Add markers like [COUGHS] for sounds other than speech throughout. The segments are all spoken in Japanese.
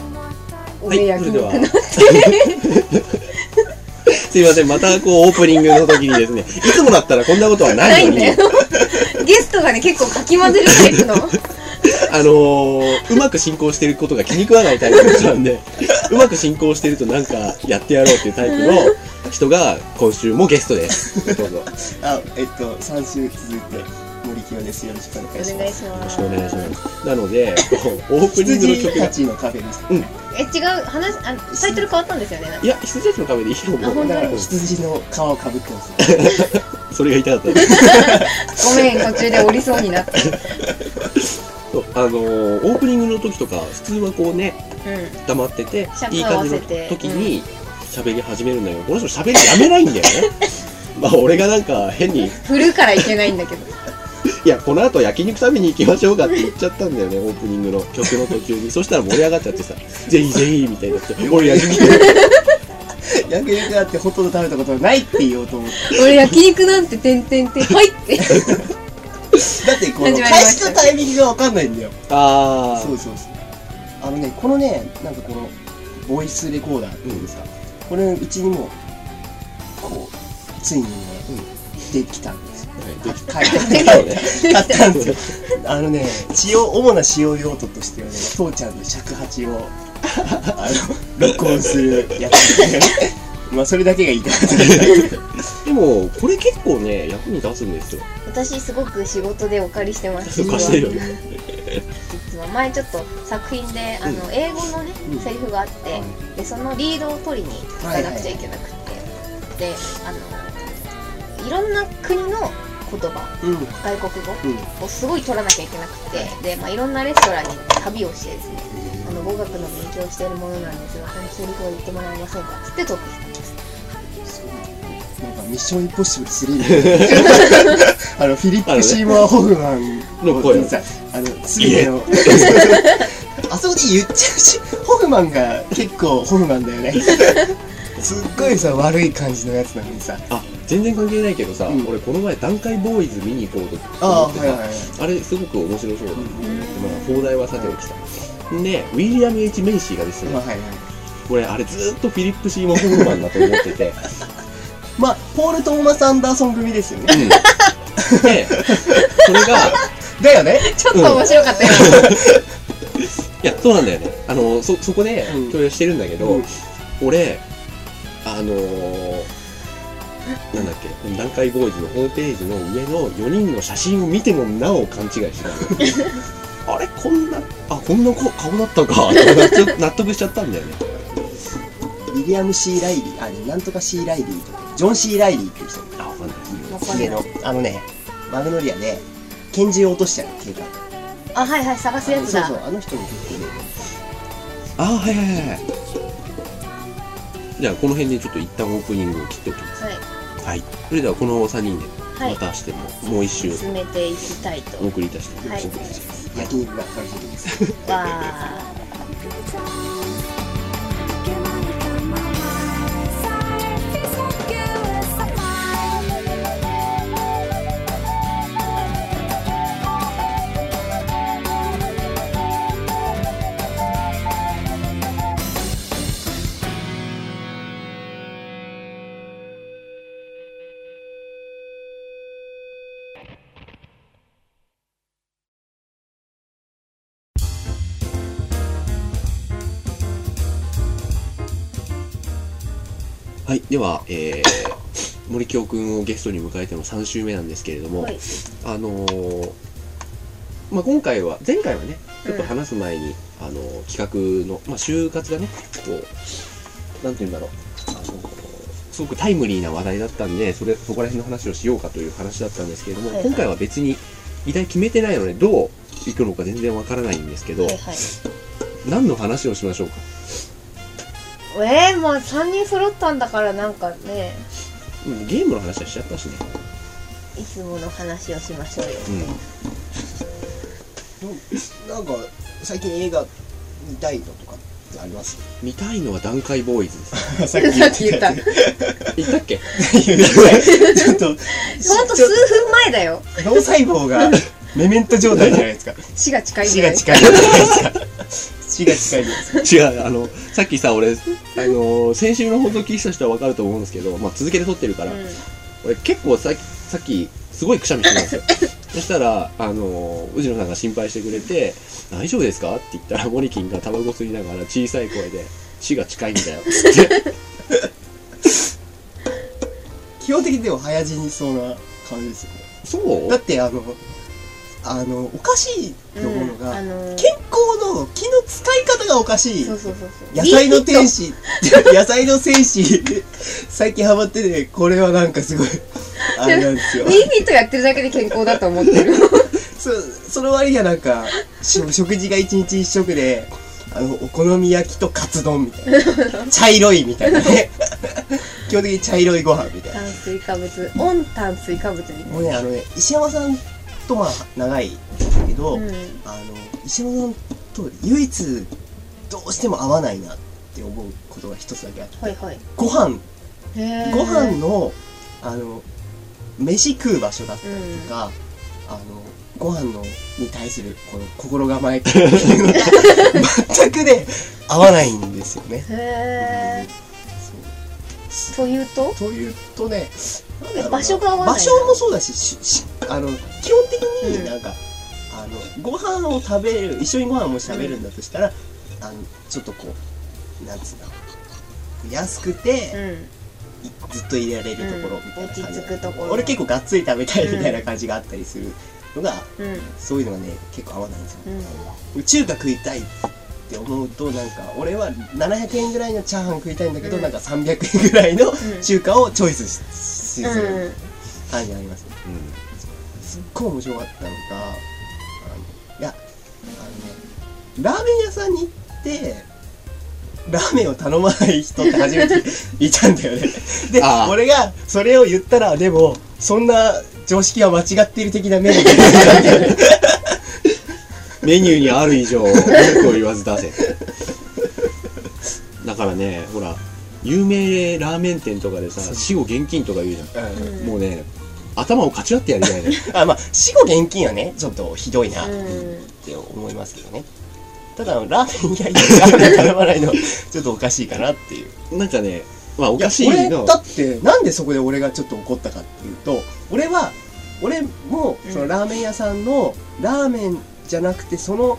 はい目焼き肉それなでって、 [LAUGHS] すいません、またこうオープニングの時にですね、いつもだったらこんなことはなないいのんに、だよゲストがね結構かき混ぜるタイプのあのー、うまく進行してることが気に食わないタイプの人なんで、 [LAUGHS] うまく進行してるとなんかやってやろうっていうタイプの人が今週もゲストです。どうぞ。よあ、えっと、3週続いて、森清です。よろしくお願いしおま願いす。しまろしすくお願いします。なので、こうオープニングの羊曲たが、ちのカフェです。え違う話あタイトル変わったんですよねなんかいや、羊たちの壁でいいとあ思本当う。だからに羊の皮をかぶってます。それが痛かったです。ごめん途中で降りそうになってそうあのー、オープニングの時とか、普通はこうね、う黙っててシャ、ンプーいい感じ合のわせて時に喋り始めるんだけど、この人喋りやめないんだよね。まあ、俺がなんか変に、いん振るからいけないんだけどや、この後焼肉食べに行きましょうかって言っちゃったんだよね、オープニングの曲の途中に。そしたら盛り上がっちゃってさ、ぜひぜひみたいになって、俺焼肉、焼肉だってほとんど食べたことないって言おうと思って。俺焼肉なんててんてんてんはいってだって、この、始まりま開し始たのタイミングがわかんないんだよ。あそうそうそう。あのね、このね、なんかこの、ボイスレコーダーっていうんですか。これ、うちにも、こう、ついにね、できたんですよ。ー、買でっき買ったたよね。買ったんですよ。あのね、使用、主な使用用途としてはね、父ちゃんの尺八を、あの、録音するやつだよね。まあ、それだけが言いたかった。でも、これ結構ね、役に立つんですよ。私すごく仕事でお借りしてますおかしいよね。実は前ちょっと作品であの、英語のね、うんセリフがあって、でそのリードを取りに行かなくちゃいけなくて、であのいろんな国の言葉うん、外国語うん。をすごい取らなきゃいけなくてで、まあ、いろんなレストランに旅をしてですねあの語学の勉強をしているものなんですがそのセリフを言ってもらえませんかつって取ってきたんですそうなんか、ミッションインポッシブル3みたいな。あの、フィリップ・シーモア・ホフマンの声をさあの、3の。あそこで言っちゃうし、ホフマンが結構ホフマンだよね。すっごいさ、悪い感じのやつなのにさ。あ、全然関係ないけどさ、うん俺この前、段階ボーイズ見に行こうと思ってさ、ああ、はいはいはい。あれすごく面白そうだなと思って、うんまあ、放題はさておきさでウィリアム・ H ・メイシーがですまあ、ねはいはい。俺あれずーっとフィリップ・シーモン・ホフマンだと思って [LAUGHS] てまあ、ポール・トーマス・アンダーソン組ですよね。うんでそれが [LAUGHS] だよねちょっと面白かったよ、いやそうなんだよねあのそそこでうん共有してるんだけど、うん俺あのーなんだっけこの南海ボーイズのホームページの上の4人の写真を見てもなお勘違いしてたのよ [LAUGHS] あれこんなあこんな顔顔だったかってちょっと納得しちゃったんだよねウィリアム・シー・ライリー、あ、でもなんとかシー・ライリーとか、ジョン・シー・ライリーっていう人、あわかんないわかんなヒいゲの、あのね、マグノリアで、拳銃を落としちゃう警官。あはいはい探すやつだそうそう、あの人も結構ね、あーはいはいはいはいじゃあこの辺でちょっと一旦オープニングを切っておきますはいそれではこの3人ではまい、はたしても、もう一い、周進めていきたいとお送りいたしてはいお送りします焼肉が楽しみです。わーはいでは、えー、森京君をゲストに迎えての3週目なんですけれども、はいあのーまあ、今回は前回はねちょっとうん話す前に、あのー企画の、まあ、就活がねこうなんて言うんだろうあのーすごくタイムリーな話題だったんでそれそこら辺の話をしようかという話だったんですけれども、はいはい今回は別に議題決めてないのでどう行くのか全然わからないんですけど、はいはい何の話をしましょうかえー、まあ3人揃ったんだからなんかねうんゲームの話はしちゃったしね、いつもの話をしましょうようん、 [LAUGHS] なんか、最近映画見たいのとかってあります見たいのは段階ボーイズです [LAUGHS] さっさっき言 [LAUGHS] ったほんち [LAUGHS] 言ったっけ [LAUGHS] ょっと、と数分前だよ脳細胞がメメント状態じゃないですか。死が近いん死だがよ近いじゃないですか。血が近いで [LAUGHS] す。違う、あの、さっきさ、俺、あの、先週の放送聞いた人はわかると思うんですけど、まあ、続けて撮ってるから、俺結構ささっきすごいくしゃみしてたんですよ [LAUGHS] そしたらあのー宇治野さんが心配してくれて「大丈夫ですか?」って言ったらモリキンがタバコ吸いながら小さい声で「死が近いんだよ」つって [LAUGHS] 基本的にでも早死にそうな感じですよね。そうだってあの、あの、おかしいとうんころが、あのー健康の気の使い方がおかしい。そうそうそうそう野菜の天使、 [LAUGHS] 野菜の戦士、最近ハマってて、これはなんか [LAUGHS] すごい、あれなんですウよィー。フィットやってるだけで健康だと思って [LAUGHS] るそその割にはなんか、し食事が一日一食で、あの、お好み焼きとカツ丼みたい [LAUGHS] な。茶色いみたいなね。 [LAUGHS] 基本的に茶色いご飯みたいな。炭水化物オン炭水化物みたいもうね、あのね、石山さんとまあ、長いですけど、なうんあの石山さんと唯一どうしても合わないなって思うことが一つだけあってはいはいご飯へえご飯のあの飯食う場所だったりとか、あのご飯のに対するこの心構えってい [LAUGHS] うのが全くね合わないんですよね。へえそとういうとというとね、なんだろうな場所が合わないな場所もそうだし、ししあの基本的になんか、あのご飯を食べる、一緒にご飯もし食べるんだとしたら、あのちょっとこう、なんつうんだろう、安くうて、んいずっと入れられるところみたいな落感じちなんだ着けくど、ところ俺結構がっつり食べたいみたいな感じがあったりするのが、うんそういうのがね、結構合わないんですよ。うん中華食いたいって思うとなんか俺は700円ぐらいのチャーハン食いたいんだけど、うんなんか300円ぐらいのん中華をチョイスししすうるん感じがあります、ねうすっごい面白かったのがあのいやあのねラーメン屋さんに行ってラーメンを頼まない人って初めていたんだよねでああ俺がそれを言ったらでもそんな常識は間違っている的な目で見られたん [LAUGHS] だよねんメニューにある以上文句を言わず出せだからねほら有名ラーメン店とかでさそう死後現金とか言うじゃん、うんうんもうね頭をかち割ってやりたいねあまあ死後現金はねちょっとひどいなうんって思いますけどねただラーメン屋にラーメン頼まないのはちょっとおかしいかなっていうなんかねまあおいやかしい俺のだってなんでそこで俺がちょっと怒ったかっていうと俺は俺もうんそのラーメン屋さんのラーメンじゃなくてその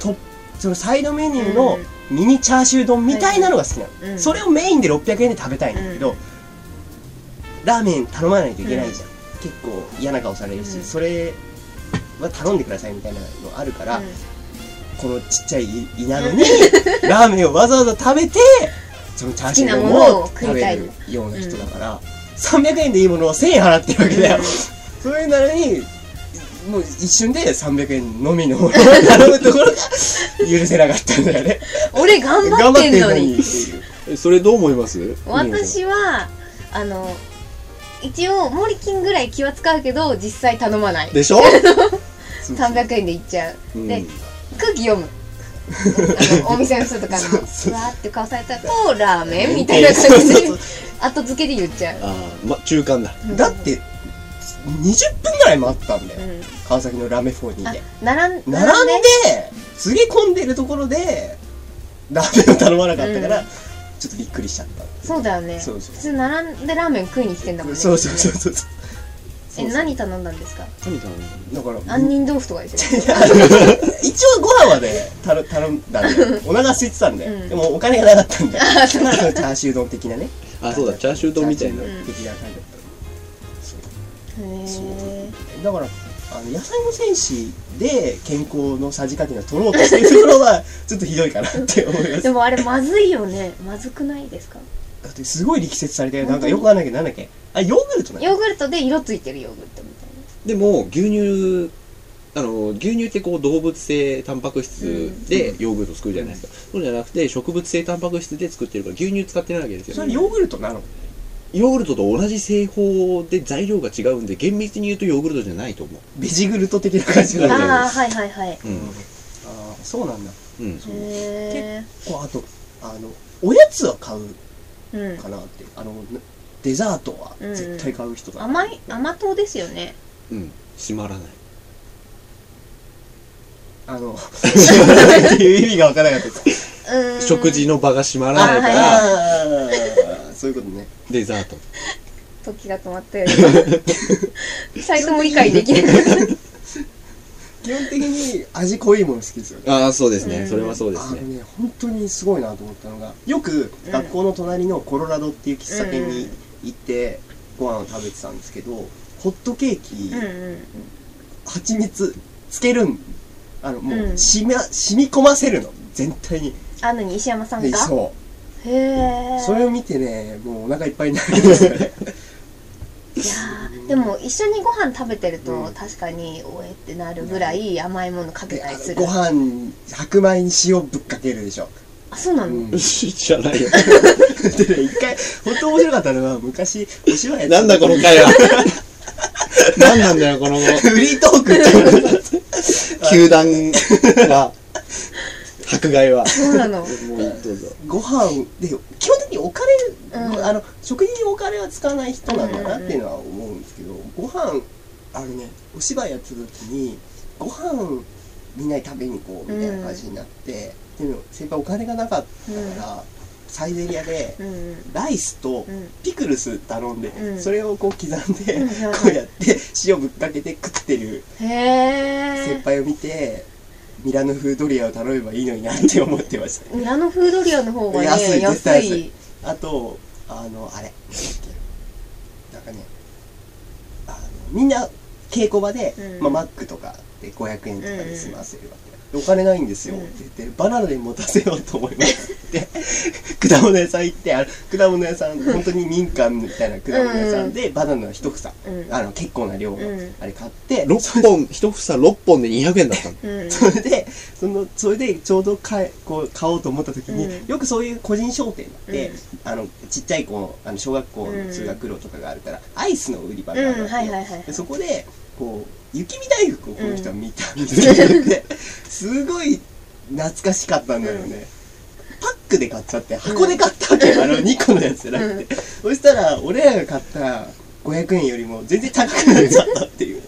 トッそのサイドメニューのミニチャーシュー丼みたいなのが好きなの、うんそれをメインで600円で食べたいんだけうど、んラーメン頼まないといけないじゃん、結構嫌な顔されるし、うんそれは頼んでくださいみたいなのあるから、うんこのちっちゃい胃な [LAUGHS] のにラーメンをわざわざ食べてそのチャーシュー好きなもの丼をを食食いたべいるような人だから、300円でいいものを1000円払ってるわけだよ、うんそれなのにもう一瞬で300円のみのものを頼むところが許せなかったんだよね俺頑張ってんのにっていうえそれどう思います私はあの一応モリキンぐらい気は使うけど実際頼まないでしょ、そうそう300円でいっちゃう、うんで空気 [LAUGHS] 読むあのお店の人とかのそうそうわーって顔されたらとラーメンみたいな感じでそうそう後付けで言っちゃう、ああ、ま、中間だ。うんだって20分ぐらい待ったんだよ、うん川崎のラメフォーニーあで並ん並んで、すげえ混んでるところで、ラーメンを頼まなかったから、うんちょっとびっくりしちゃった。そうだよねそうそう普通並んでラーメン食いに来てんだもんねそうそうそうそう。そうえ何頼んだんですか神様だから、杏仁豆腐とかでしょ [LAUGHS] 一応ご飯はね、頼頼んだんだよ。お腹空いてたんだよ。うんでもお金がなかったんだよ。だからそのチャーシュー丼的なね。あ、そうだ、チャーシュー丼みたいなチャ。ーシュー丼的な感じだったへーそう。だから、あの野菜の戦士で健康のさじ加減を取ろうとしてるところは、ちょっとひどいかなって思いますで。もあれまずいよねまずくないですかだってすごい力説されてるなん本当かによくわかんないけどなんだっけあヨーグルトなヨのーグルトで色ついてるヨーグルトみたいなでも、牛乳、あの、牛乳ってこう、動物性タンパク質でヨーグルト作るじゃないですか。そうじゃなくて、植物性タンパク質で作ってるから、牛乳使ってないわけですそよ。れヨーグルトなのヨーグルトと同じ製法で材料が違うんで、厳密に言うとヨーグルトじゃないと思ベジグルト的な感じなんだうんよああはいはいはいへう。ううんん。あーそうなんだうん。えこうあとあのおやつは買ううんかなってあのデザートは絶対買う人だ、甘い甘党ですよねうん。閉まらない。あの、閉まらないっていう意味がわからなかったです。うん食事の場が閉まらないかあら、あーそういうことね。デザート。時が止まったよねサイトも理解できない基本的に味濃いもの好きですよね。ああ、そうですうね。んそれはそうであすの [LAUGHS] ね。ね、本当にすごいなと思ったのが、よく学校の隣のコロラドっていう喫茶店に行ってご飯を食べてたんですけど、ホットケーうんキ、うん蜂蜜つけるんあのもううんしみ,、染み込ませるの全体にあのに石山さんでがそへえうそれを見てねもうお腹いっぱいになるんです [LAUGHS] よねいやーでも一緒にご飯食べてると、うん確かにおえってなるぐらい甘いものかけでたありすのるご飯に白米に塩ぶっかけるでしょ、あそうなの、うん、で [LAUGHS] ね牛じゃないよ。一回本当面白かったのは昔お芝居やって [LAUGHS] たなんだこの回は。 [LAUGHS] なんなんだよ、このフリートークっていうのが [LAUGHS] 球団が、迫害は。そうなのもう、どうぞ。ご飯で基本的にお金、うんあの食事にお金は使わない人なんだうんなうんうんっていうのは思うんですけど、ご飯あれねお芝居やってた時にご飯みんなで食べに行こうみたいな感じになって、でも先輩お金がなかったから、サイゼリアでうんうんライスとうんピクルス頼んで、うんそれをこう刻んで、うんこうやって塩ぶっかけて食ってるへ先え輩を見てミラノ風ドリアを頼めばいいのになって思ってましたミラノフードリアの方がね安安いい絶対安いあとあのあれなんだっけなんかねあのみんな稽古場で、うんまあ、マックとかで500円とかで済ませるわけ、でお金ないんですよっうんて言って、バナナで持たせようと思いますって言って [LAUGHS] 果物屋さん行ってあの果物屋さん本当に民間みたいな果物屋さんで、バナナ一房、うんあの結構な量の、うんあれ買って6本、一房6本で200円だ [LAUGHS] ったの。うん [LAUGHS] それでそのそれでちょうど買えこう買おうと思った時に、うんよくそういう個人商店って、うんあのちっちゃい子あの小学校の通学路とかがあるから、アイスの売り場があるうんわけはいよはいはいでそこでこう雪見大福をこの人は見たんですよ、 [LAUGHS] ですごい懐かしかったんだよね、パックで買っちゃって箱で買ったわけよ、あの2個のやつじゃなくて、そしたら俺らが買った500円よりも全然高くなっちゃったっ [LAUGHS] ていう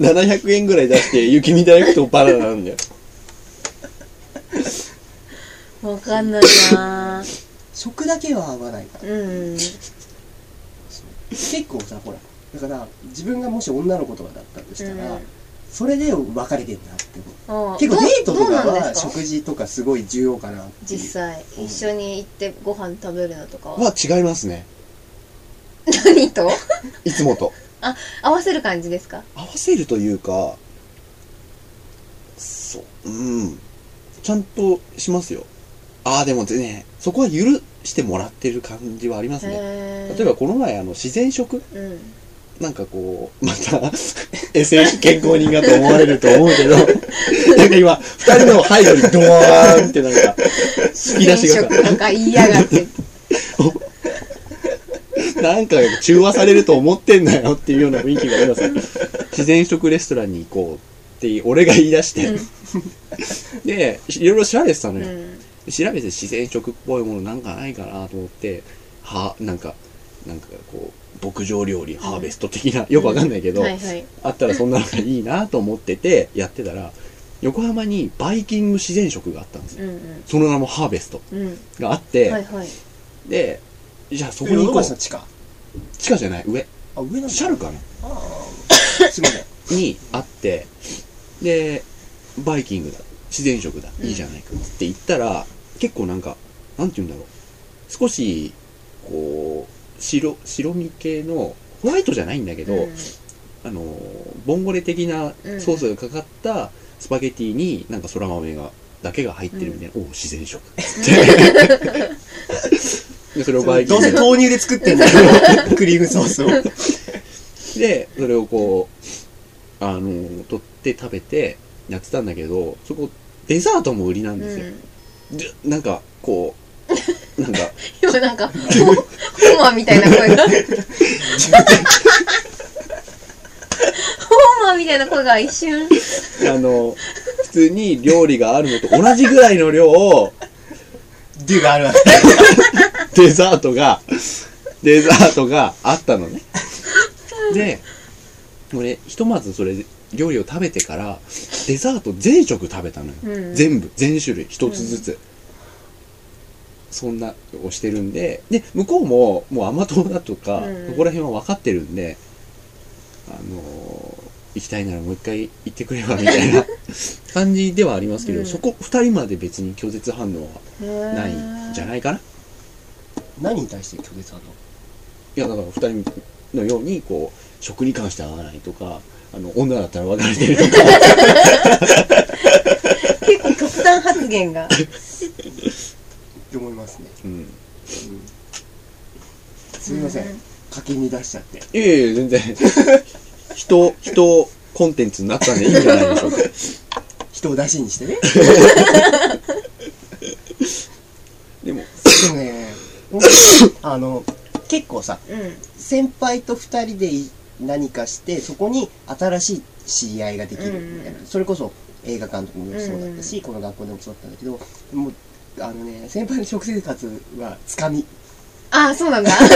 700円ぐらい出して、雪見大福とバナナなんだよ。わかんないなー食だけは合わないからうん結構さほらだから自分がもし女の子とかだったとしたら、うんそれで別れてんなって思うあー結構どうデートとかどうなんはです食事とかすごい重要かなっていう実際一緒に行ってご飯食べるのとかは [LAUGHS] [LAUGHS] は違いますね。何といつもと。あ合わせる感じですか合わせるというか、そう、うん。ちゃんとしますよ。ああ、でもね、そこは許してもらってる感じはありますね。へー例えばこの前、あの、自然食うんなんかこう、また、SF 健康人がと思われると思うけど、なんか今、二人の背後にドワーンってなんか、突き出しが転職とか言いやがって [LAUGHS] なんか中和されると思ってんだよっていうような雰囲気が今さ、自然食レストランに行こうって俺が言い出して、で、いろいろ調べてたのうよ。ん調べて自然食っぽいものなんかないかなと思って、は、なんか、なんかこう、牧場料理、ハーベスト的な、よくわかんないけど、はいはいあったらそんなのがいいなと思ってて、やってたら、横浜にバイキング自然食があったんですよ。うんその名もハーベストうんうんがあって、はいはいで、じゃあそこえにヨ行ドこバシのう。地下地下じゃない、上。あ上なんだシャルかなあーすいませんにあって、で、バイキングだ、自然食だ、いいじゃないかって言ったら、結構なんか、なんて言うんだろう。少し、こう、白、白身系の、ホワイトじゃないんだけど、うんあの、ボンゴレ的なソースがかかったスパゲティになんかそら豆が、だけが入ってるみたいな、おう自然食。 [LAUGHS] で、それをバイキどンうせグ豆乳で作ってんだよ [LAUGHS] クリームソー [LAUGHS] スをで、それをこう、あの、取って食べてやってたんだけど、そこ、デザートも売りなんですよ。でなんか、こう、 [LAUGHS] なんか、今なん [LAUGHS] かホーマーみたいな [LAUGHS] 声がホーマーみたいな声が一瞬あの、普通に料理があるのと同じぐらいの量を、デュがあるわデザートが、デザートがあったのね。で、俺、ひとまずそれ、料理を食べてから、デザート全食食べたのよ、うん全部全種類一つずつ、そんなをしてるんでで向こうももう甘党だとか、うんそこら辺は分かってるんであのー行きたいならもう一回行ってくればみた [LAUGHS] いな感じではありますけど、うんそこ2人まで別に拒絶反応はないんじゃいないかな何に対して拒絶あんのいやだから2人のようにこう食に関して合わないとかあの女だったら別れてると [LAUGHS] か結構極端発言がって思いますね、うんうんすみませんかき乱しちゃっていやいやいや全然人人コンテンツになったんでいいんじゃないでしょうか人を出しに [LAUGHS] してねでもでもね僕 [LAUGHS] あの結構さうん先輩と二人でい何かしてそこに新しい知り合いができるみたいな、うんそれこそ映画監督もそうだったし、この学校でもそうだったんだけどもうあのね先輩の食生活はつかみああそう [LAUGHS] なんだ捕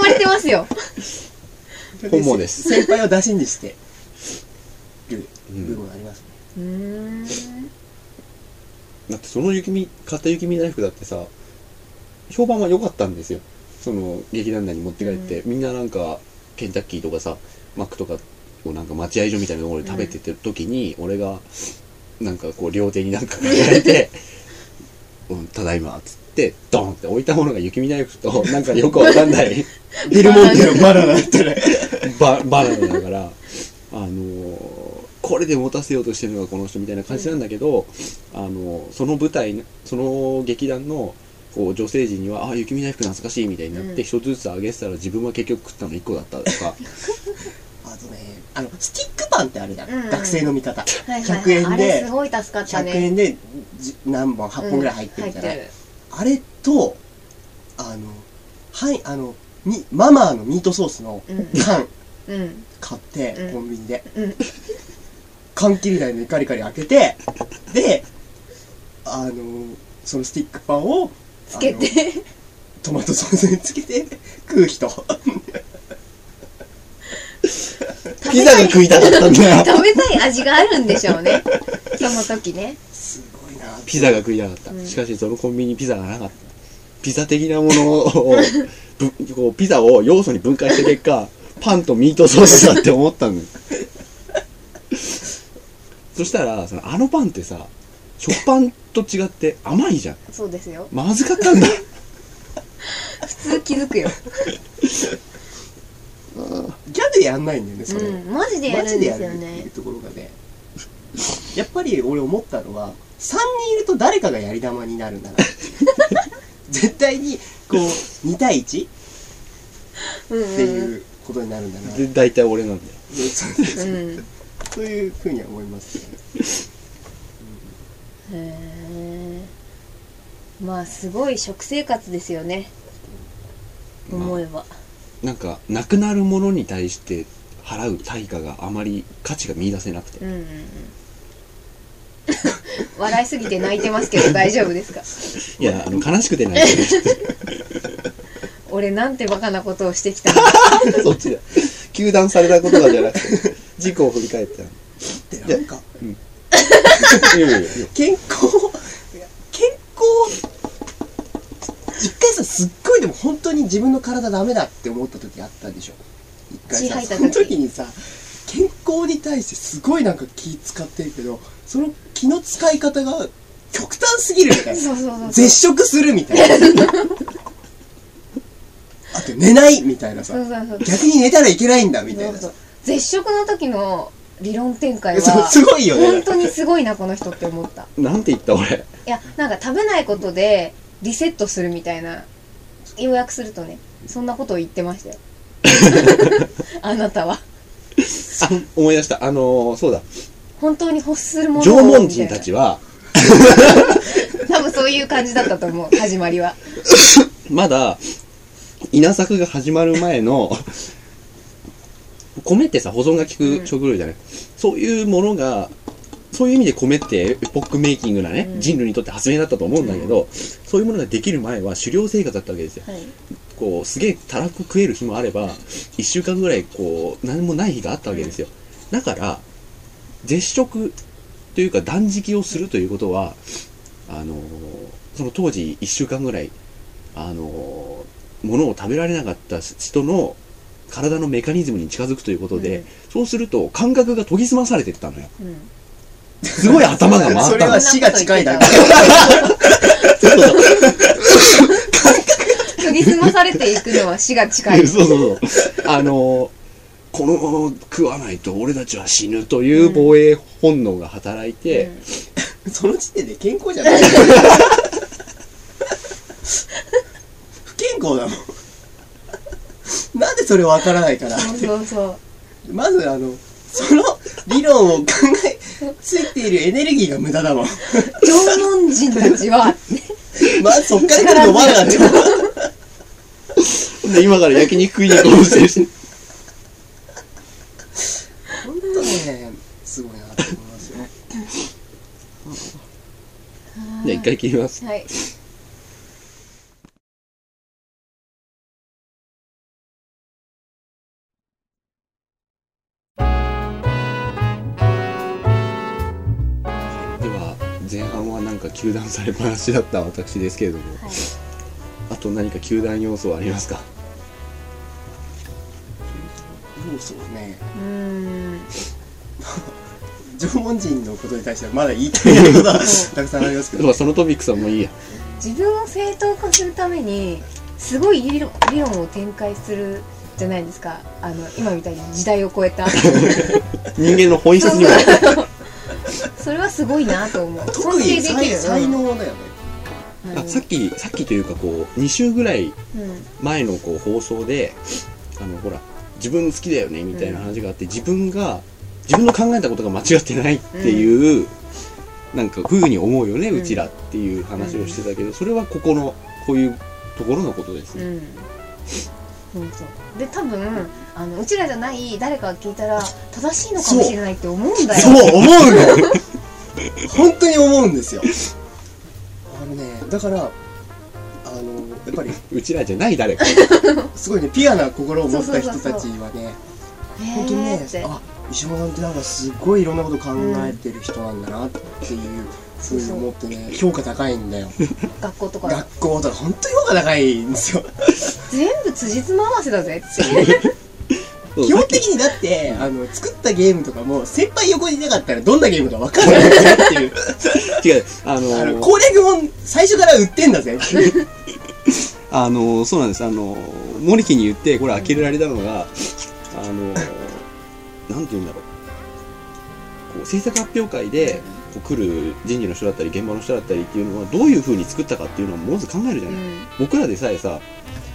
まれてますよ本望です先輩を出しにしてるうん部分ありますね、うーんだってその雪見買った雪見大福だってさ評判は良かったんですよその劇団内に持って帰って、みんななんかケンタッキーとかさマックとかをなんか待合所みたいなところで食べてる時に、俺がなんかこう両手になんか抱えて [LAUGHS] 「うん、ただいま」っつってドンって置いたものが雪見大福となんかよくわかんないビルモンテのバナナってねババナナだから、あのーこれで持たせようとしてるのがこの人みたいな感じなんだけど、あのーその舞台のその劇団のこう女性陣には「あ雪見大福懐かしい」みたいになっうんて一つずつあげてたら自分は結局食ったの1個だったとかあとねあのスティックパンってあるじゃん、うん学生の味方はいはい100円であれすごい助かった100ね円でじ何本8本ぐらい入ってるじゃない、あれとあのはいあのみママのミートソースのうん入ってる缶うんうん買って、うんコンビニでうん缶切り台でカリカリ開けてであのそのスティックパンをつけあのてトマトソースにつけて食う人 [LAUGHS] ピザが食いたかったんだよ食べたい味があるんでしょう [LAUGHS] ねその時ねすごいなピザが食いたかった、うんしかしそのコンビニピザがなかったピザ的なもの [LAUGHS] をぶこうピザを要素に分解した結果パンとミートソースだって思ったのよそしたらそのあのパンってさ食パンと違って甘いじゃんそうですよまずかったんだ普通気づくよギャグでやんないんだよねそれ、うんマジでやマるジんででやするよっていねうところがねやっぱり俺思ったのは3人いると誰かがやり玉になるん [LAUGHS] だな絶対にこう2対1うんってうんいうことになるんだな、で大体俺なんだよそううんへそういうふうには思いますねえまあすごい食生活ですよねまあ思えばなんかなくなるものに対して払う対価があまり価値が見出せなくてうんうんうん [COUGHS] 笑いすぎて泣いてますけど大丈夫ですかいやあの悲しく [LAUGHS] てないけど俺なんてバカなことをしてきたのそっちだ。糾弾されたことがじゃなくて、事故を振り返った。いでなんかやいやいや健康いや健康一回さすっごいでも本当に自分の体ダメだって思った時あったでしょ一回血吐いたさ時その時にさ健康に対してすごいなんか気使ってるけどその気の使い方が極端すぎるみたいそなうそうそうそう絶食するみた [LAUGHS] いなあと寝ないみたいなさそうそうそう逆に寝たらいけないんだみたいなそうさそう絶食の時の理論展開そうはすごいよ本ね当にすごいなこの人って思った [LAUGHS] なんて言った俺。いやなんか食べないことでリセットするみたいな要約するとねそんなことを言ってましたよあなたはあ、思い出した。あのー、そうだ。本当に欲するものを縄文人たちはは、多分そういう感じだったと思う始まりはまだ、稲作が始まる前の、 [LAUGHS] 米ってさ、保存が効く食料じゃない、そういうものが、そういう意味で米ってエポックメイキングなね、うん人類にとって発明だったと思うんだけど、そういうものができる前は狩猟生活だったわけですよ。はいこうすげえたらこ食える日もあれば1週間ぐらいこう何もない日があったわけですよだから絶食というか断食をするということは、あのーその当時1週間ぐらい、あのー物を食べられなかった人の体のメカニズムに近づくということで、うんそうすると感覚が研ぎ澄まされていったのよ。うん。すごい頭が回ったの。それは死が近いだけ。そうそう。研ぎ澄まされていくのは死が近い [LAUGHS] そうそうそう。あの、このまま食わないと俺たちは死ぬという防衛本能が働いて、うんその時点で健康じゃない不健康だもんなんでそれわからないかなそうそうそう。まずあのその理論を考えついているエネルギーが無駄だもん縄文人たちは、まずそっから来ると思わなかったもんで今から焼肉食いに行こうとし [LAUGHS] てるし本当ねすごいなと思いますよじゃあ一回切ります。はい。では、前半はなんか球団されっぱなしだった私ですけれども、はいあと何か球団要素はありますか [LAUGHS] 要素はねうーん。縄文人のことに対してはまだ言いたいことはたくさんありますけでどはそのトピックスはもういいや。自分を正当化するために、すごい理論理論を展開するじゃないですか。あの、今みたいに時代を超えた。人間の本質には。 [LAUGHS] それはすごいなと思う。特尊敬にでき才る。才能だようねん。あさっき、さっきというかこう、2週ぐらいうん。前のこう放送であのほら自分好きだよねみたいな話があって、自分が自分の考えたことが間違ってないっていう、なんか風に思うよね、ううんちらっていう話をしてたけどそれはここのこういうところのことですうね、ん。そうそう。で、多分、あの、うちらじゃない誰かが聞いたら、正しいのかもしれないって思うんだよ。そう思うの本当に思うんですよあのねだからあのやっぱりうちらじゃない誰かすごいねピュアな心を持った人そうそうたそうちそはね本当にへねーって。あ石本さんってなんかすごいいろんなこと考えてる人なんだなっていうふうに思ってね評価高いんだよ学校とか学校とか本当に評価高いんですよ全部辻褄合わせだぜってそう基さ本っき的にだってあの作ったゲームとかも先輩横にいなかったらどんなゲームか分かんないですよっ [LAUGHS] ていう違うあのあのー攻略本最初から売ってんだぜっ [LAUGHS] ていうあのーそうなんですあのーモリキに言ってこれ呆れられたのが、あのーなんて言うんだろうこう制作発表会でこう来る人事の人だったり現場の人だったりっていうのはどういう風に作ったかっていうのをまず考えるじゃうない、ん僕らでさえさ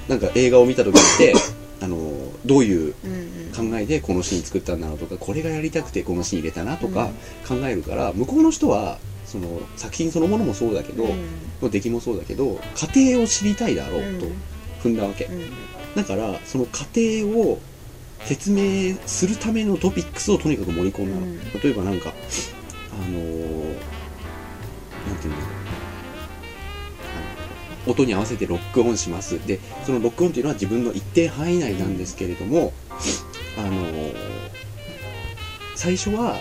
なんか映画を見た時ってあのどういううんうん考えでこのシーン作ったんだろうとかこれがやりたくてこのシーン入れたなとか考えるから、向こうの人はその作品そのものもそうだけど、うん出来もそうだけど家庭を知りたいだろううんと踏んだわけ、うんだからその過程を説明するためのトピックスをとにかく盛り込んだうの、ん例えばなんかあのーなんていうんだろうあの音に合わせてロックオンしますでそのロックオンというのは自分の一定範囲内なんですけれども、あのー最初は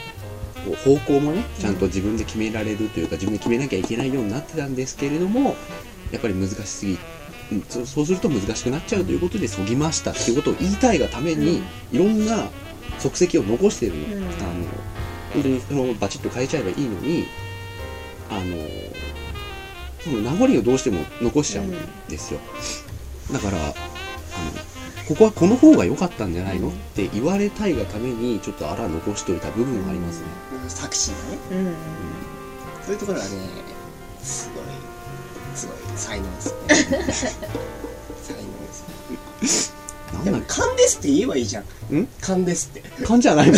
こう方向もねちゃんと自分で決められるというか自分で決めなきゃいけないようになってたんですけれどもやっぱり難しすぎうんそそうすると難しくなっちゃうということでそぎましたっていうことを言いたいがために、いろんな足跡を残してるの,、うんあの本当にそのバチッと変えちゃえばいいのにあのその名残をどうしても残しちゃうんですよ、だからあのここはこの方が良かったんじゃないのって言われたいがためにちょっとあら残しておいた部分はありますね、作詞がねうんそういうところはねすごいすごい才能ですね才能ですねなでんもだっ勘ですって言えばいいじゃんん勘ですってけ勘じゃないもん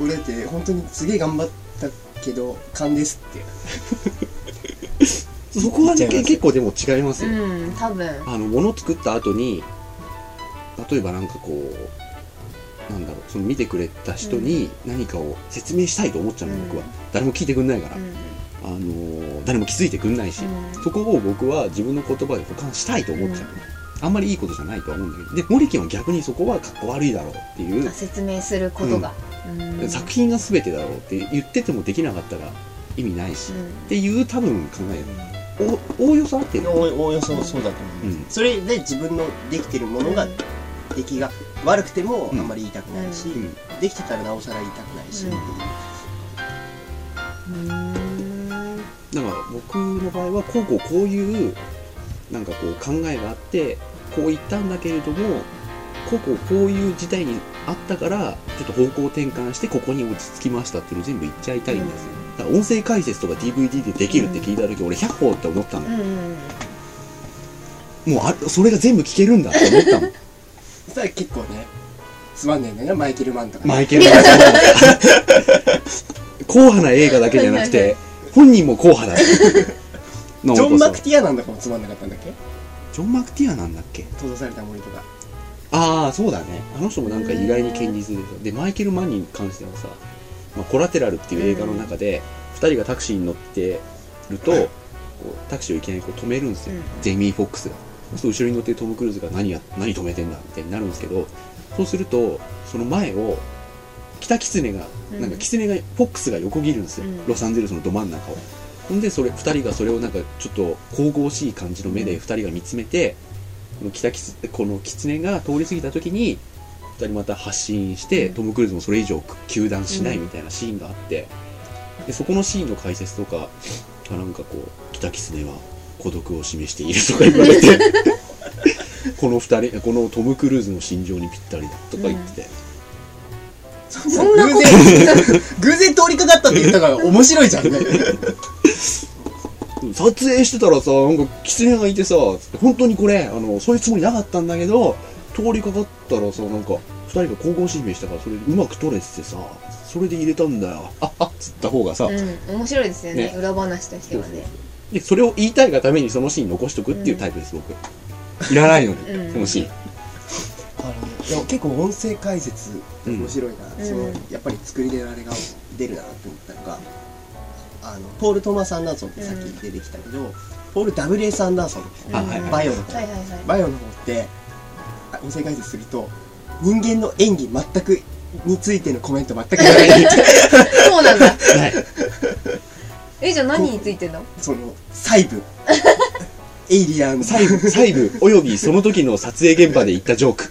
俺だって本当にすげえ頑張ったけど勘ですってそこはね言っちゃいます結構でも違いますよ、うんうん多分あの物作った後に例えばなんかこうなんだろうその見てくれた人に何かを説明したいと思っちゃうの、うん僕は誰も聞いてくんないから、うんあのー誰も気づいてくんないし、うんそこを僕は自分の言葉で保管したいと思っちゃう、あんまりいいことじゃないとは思うんだけどでモリキンは逆にそこはかっこ悪いだろうっていうあ説明することがうん作品が全てだろうって言っててもできなかったら意味ないし、っていう多分考えおおおよそ合ってるおおおよそそうだと思います、うんそれで自分のできてるものが出来が悪くてもあんまり言いたくないし、うんできてたらなおさら言いたくないし、うんうんだから僕の場合はこうこうこういうなんかこう考えがあってこう言ったんだけれどもこうこうこういう事態にあったからちょっと方向転換してここに落ち着きましたっていうの全部言っちゃいたいんですよ、だから音声解説とか DVD でできるって聞いた時、俺100歩って思ったの、うんうんもうあそれが全部聞けるんだって思った [LAUGHS] のそしたら結構ねつまんねえんだよねマイケル・マンとか、ねマイケルマンさんなんか硬派な映画だけじゃなくて本人も硬派だ [LAUGHS] のジョン・マクテティアなんだかもつまんなかったんだっけィジョン・マクティアなんだっけ閉ざされた森とかああそうだねあの人もなんか意外に堅実でさでマイケル・マンに関してはさ「まあ、コラテラル」っていう映画の中で2人がタクシーに乗ってると、こうタクシーをいきなりこう止めるんですよ、うんジェイミー・フォックスがそう後ろに乗ってるトム・クルーズが何や何止めてんだみたいになるんですけどそうするとその前を北キツネがうんなんかキツネがフォックスが横切るんですよ、うんロサンゼルスのど真ん中をほんでそれ2人がそれをなんかちょっと神々しい感じの目で2人が見つめて、この北キツこのキツネが通り過ぎた時に2人また発進して、うんトム・クルーズもそれ以上糾弾しないみたいなシーンがあって、でそこのシーンの解説とかあなんかこう「北キツネは孤独を示している」とか言われ [LAUGHS] てこの二人このトム・クルーズの心情にぴったりだとか言ってて、そんな偶然偶然通りかかったって言ったから面白いじゃんね撮影してたらさなんか狐がいてさ本当にこれあのそういうつもりなかったんだけど通りかかったらさなんか2人が神々しい目したからそれうまく撮れててさそれで入れたんだよああっつった方がさ、うん面白いですよねね裏話としてはねでそれを言いたいがためにそのシーン残しとくっていうタイプです、僕いらないのに、うんそのシーンあのねでも結構音声解説って面白いな、うんそのやっぱり作り手のあれが出るなって思ったのがあのポール・トーマス・アンダーソンってさっき出てきたけど、ポール・ WS ・アンダーソンですねあはいはいバイオのはいはいはバイオの方ってあ音声解説すると人間の演技全くについてのコメント全く言わないいそうなんだないえじゃあ何についてんのその細 [LAUGHS] 部エイリアン細部細部およびその時の撮影現場で言ったジョーク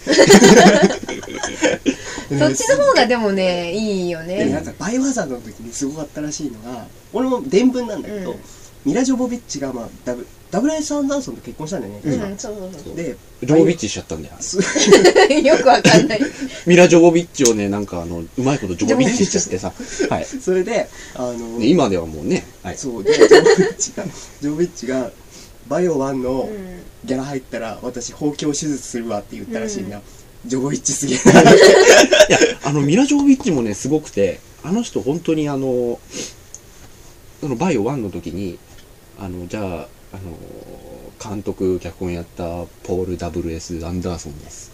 そっちの方がでもねいいよでねなんかバイオハザードの時にすごかったらしいのが俺も伝聞なんだけど、うんミラ・ジョボビッチが、まあ、ダブダブルエス・アンダーソンと結婚したんだよね、ううんんそうそうそうでジョービッチしちゃったんだよす [LAUGHS] よくわかんないミラ・ジョボビッチをねなんかあのうまいことジョボビッチしちゃってさ、はいそれであの、ね今ではもうね、はい、そうでジョボビッ [LAUGHS] チがジョボビッチがバイオ1のうんギャラ入ったら私包茎手術するわって言ったらしいんだ、ジョボビッチすげえ [LAUGHS] ないや、あの、ミラ・ジョービッチもね、すごくて、あの人、本当に、あの、そのバイオ1の時に、あの、じゃあ、あの、監督、脚本やったポール・ W.S. ・アンダーソンです。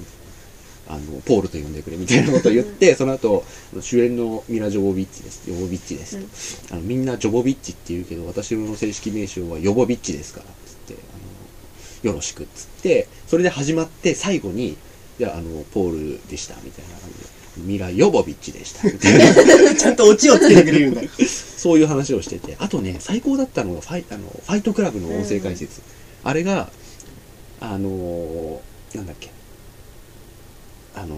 あの、ポールと呼んでくれ、みたいなことを言って、その後、主演のミラ・ジョボビッチです。ヨボビッチです。あのみんなジョボビッチって言うけど、私の正式名称はヨボビッチですから、つって、あの、よろしく、つって、それで始まって、最後に、じゃあ、あの、ポールでした、みたいな感じで、ミラ・ヨボビッチでした、みたい [LAUGHS] な。ちゃんとオチをつけてくれるんだそういう話をしてて、あとね、最高だったのがファイあのファイトクラブの音声解説。あれが、あのーなんだっけ、あの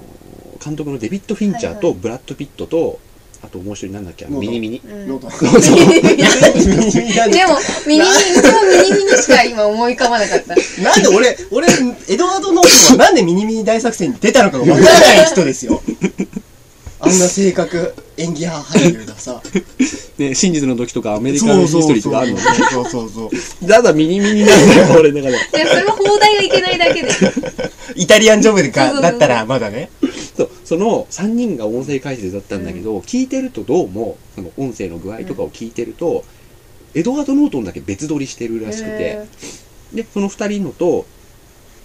ー監督のデビッド・フィンチャーはといはブラッド・ピットと、あともう一人なんだっけ、あのノミートニミニ。うん [LAUGHS] ノートそうそうなんででも、ミニミニ、一応ミニミニしか今思い浮かばなかった。 [LAUGHS] なんで俺、俺、エドワード・ノートはなんでミニミニ大作戦に出たのかがわからない人です [LAUGHS] よ。あんな性格、演技派俳優がさ。ね、真実の時とかアメリカンヒストリーとかあるの。そうそうそう。ただミニミニなんだよ、俺の中で。いや、それは放題がいけないだけで。イタリアンジョブそうそうそかうだったらまだね。そうその3人が音声解説だったんだけど、聞いてるとどうもその音声の具合とかを聞いてると、エドワード・ノートンだけ別撮りしてるらしくて、でその2人のと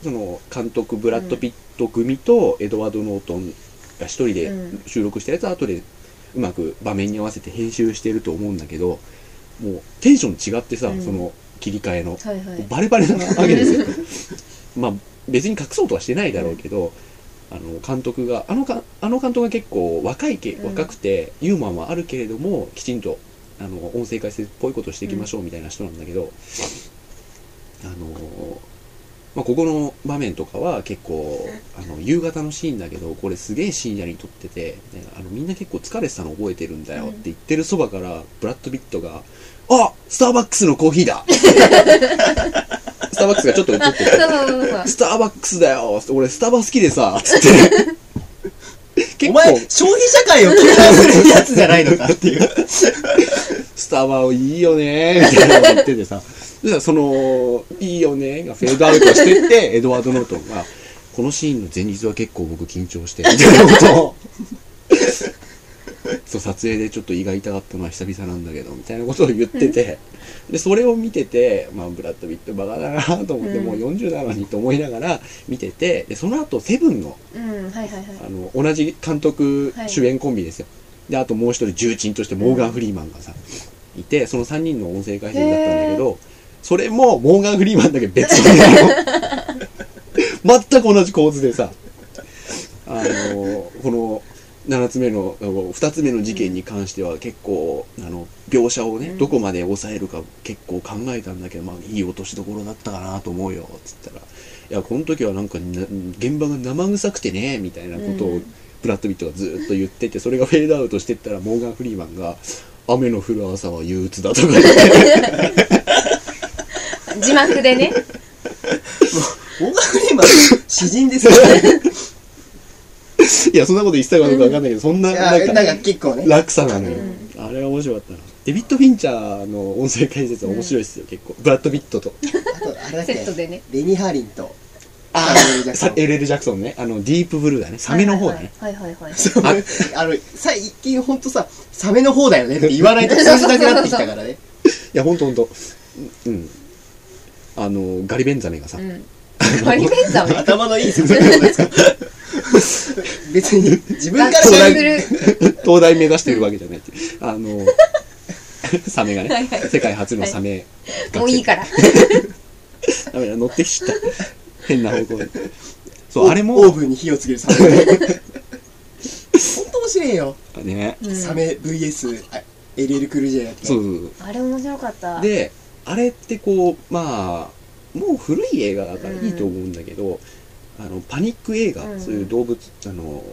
その監督ブラッド・ピット組とエドワード・ノートンが1人でうん収録したやつは後でうまく場面に合わせて編集してると思うんだけどもうテンション違ってさ、うんその切り替えの。はいはい。 [LAUGHS] バレバレなわけですよ。まあ別に隠そうとはしてないだろうけど、あの監督があのかあの監督が結構若いけうん若くて、ユーモアもあるけれどもきちんとあの音声解説っぽいことをしていきましょうみたいな人なんだけど、あのまあ、ここの場面とかは結構あの夕方のシーンだけどこれすげえ深夜に撮ってて、ねあのみんな結構疲れてたの覚えてるんだよって言ってるそばからブラッド・ビットが「あスターバックスのコーヒーだ! 」 [LAUGHS] スターバックスがちょっと映って [LAUGHS] そうるそうそうスターバックスだよ俺スタバ好きでさ、つって。お [LAUGHS] 結構前、、消費社会を糾弾するやつじゃないのかっていう。スタバいいよねみたいなこと言っててさ。そしたらその、いいよねがフェードアウトしてって、 [LAUGHS] エドワード・ノートンが、このシーンの前日は結構僕緊張して、みたいなことを。そう、撮影でちょっと胃が痛かったのは久々なんだけど、みたいなことを言ってて、で、それを見てて、まあ、ブラッド・ビットバカだなと思って、うんもう40なのにと思いながら見てて、で、その後、セブンのそううんはいはいはいあの同じ監督はい主演コンビですよ、であともう一人重鎮としてモーガン・フリーマンがさ、いてその3人の音声解説だったんだけどそれもモーガン・フリーマンだけ別 [LAUGHS] の全く同じ構図でさあのこの7つ目の2つ目の事件に関しては結構あの描写をねうんどこまで抑えるか結構考えたんだけど、まあ、いい落としどころだったかなと思うよつったらいやこの時はなんかな現場が生臭くてねみたいなことうをんブラッド・ビットがずーっと言っててそれがフェードアウトしてったらモーガン・フリーマンが「雨の降る朝は憂鬱だ」とか言って字幕でね大川フリーマン、詩人ですから [LAUGHS] ね。いやそんなこと一切はどうかわかんないけどそんないなんや、かなんか結構ね。落差なのよ、うあれは面白かったなデビッド・フィンチャーの音声解説は面白いですよ、結構ブラッド・ビットとあと、あれだっけセットでねベニーハーリンと、あーあさ LL ジャクソンねあのディープブルーだねサメの方だね、はいはいはいはいそうあの、最近ほんとさ、サメの方だよねって言わないと通じなくなってきたからね。いやほんとほんとうんあのガリベンザメがさ、うんガリベンザメ [LAUGHS] 頭のいい説明ですか [LAUGHS] 別に、自分から脱や線るする東大目指してるわけじゃないっていうあの [LAUGHS] サメがはいねはい世界初のサメもういいからダメだ乗ってきちゃった変な方向にそうオあれオーもブンに火をつけるサメ。 [LAUGHS] ほんと面白いよ。ねうんサメ VS、あ LL クルージェだっけそうそうそうあれ面白かったであれってこうまあもう古い映画だからいいと思うんだけど、あのパニック映画、うんそういう動物あの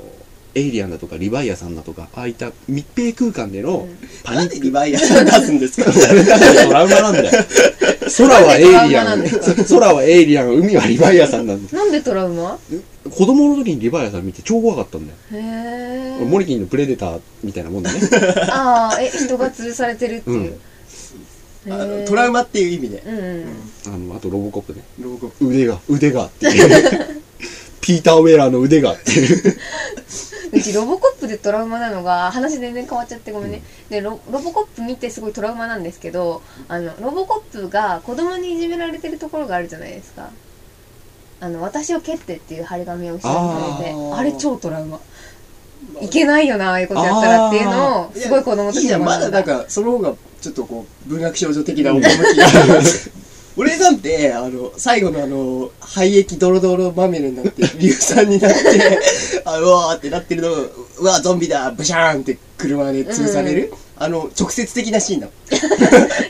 エイリアンだとかリヴァイアさんだとかああいった密閉空間でうのんパニなッんク、でリヴァイアさん出すんですかトラウマなんだよ [LAUGHS] 空はエイリアなんンでトラウマ空はエイリアン海はリヴァイアさんなんだなんでトラウマ子供の時にリヴァイアさん見て超怖かったんだよ、へえモリキンのプレデターみたいなもんだ [LAUGHS] ねああえ人が潰されてるっていうあのトラウママっていう意味で。うんうんあのあとロボコップねロゴ腕が腕がっていう [LAUGHS] ピーター・ウェラーの腕がっていううちロボコップでトラウマなのが話全然変わっちゃってごめんね、でロロボコップ見てすごいトラウマなんですけどあのロボコップが子供にいじめられてるところがあるじゃないですかあの私を蹴ってっていう張り紙を後ろにされてあーあれ超トラウマいけないよなああいうことやったらっていうのをすごい子供いいじゃん、まだなんらか、その方が、ちょっとこう、文学少女的な趣がある。 [LAUGHS] 俺なんて、あの、最後のあの、廃液ドロドロまみれになって、硫酸になって、 [LAUGHS] あうわーってなってるのを、うわーゾンビだ、ブシャーンって車で潰される、あの、直接的なシーンな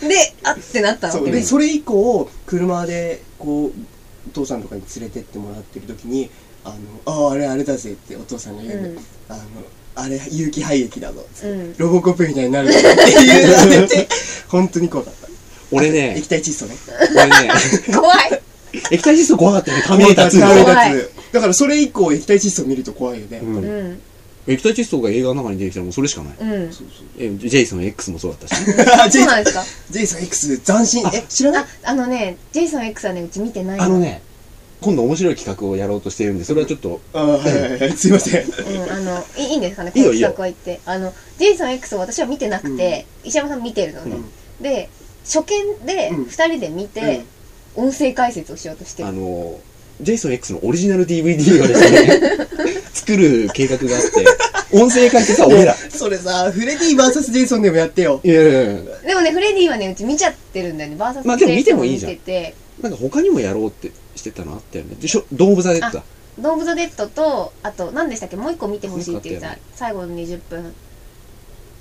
の。であってなったのそうってでそれ以降車でこうお父さんとかに連れてってもらってる時に「あのあーあれあれだぜ」ってお父さんが言うの、うんあのあれ有機廃液だぞ」うんロボコップみたいに [LAUGHS] なるぞ」っていうのが出て本当に怖かった俺ね液体窒素ね俺ね怖い液体窒素怖かったよねターミネーター2ターミネーター怖い2だからそれ以降液体窒素見ると怖いよね、ううんん液体窒素が映画の中に出てきたらもうそれしかない、 [LAUGHS] うんそうそうえジェイソン X もそうだったしねジそうェイソなンんですか [LAUGHS] ジェイソン X 斬新え知らないああのねジェイソン X はねうち見てないあのね今度面白い企画をやろうとしてるんでそれはちょっとあーはいはいはいすいま [LAUGHS] せんうん、あのいいいいんですかねいこいのよい企いよ画は言ってあのジェイソン X を私は見てなくて、石山さん見てるのね、で初見でうん2人で見て、音声解説をしようとしてあるのジェイソン X のオリジナル DVD をですね作る計画があって [LAUGHS] 音声解説は俺らいそれさフレディ VS ジェイソンでもやってよやいやいやでもねフレディはねうち見ちゃってるんだよねバーサスまあでも見てもいい見じゃんててなんか他にもやろうってしてたのあったよねでしょドン・オブ・ザ・デッドだドーム・ザ・デッドとあと何でしたっけもう一個見てほしいって言っもうた一最後の20分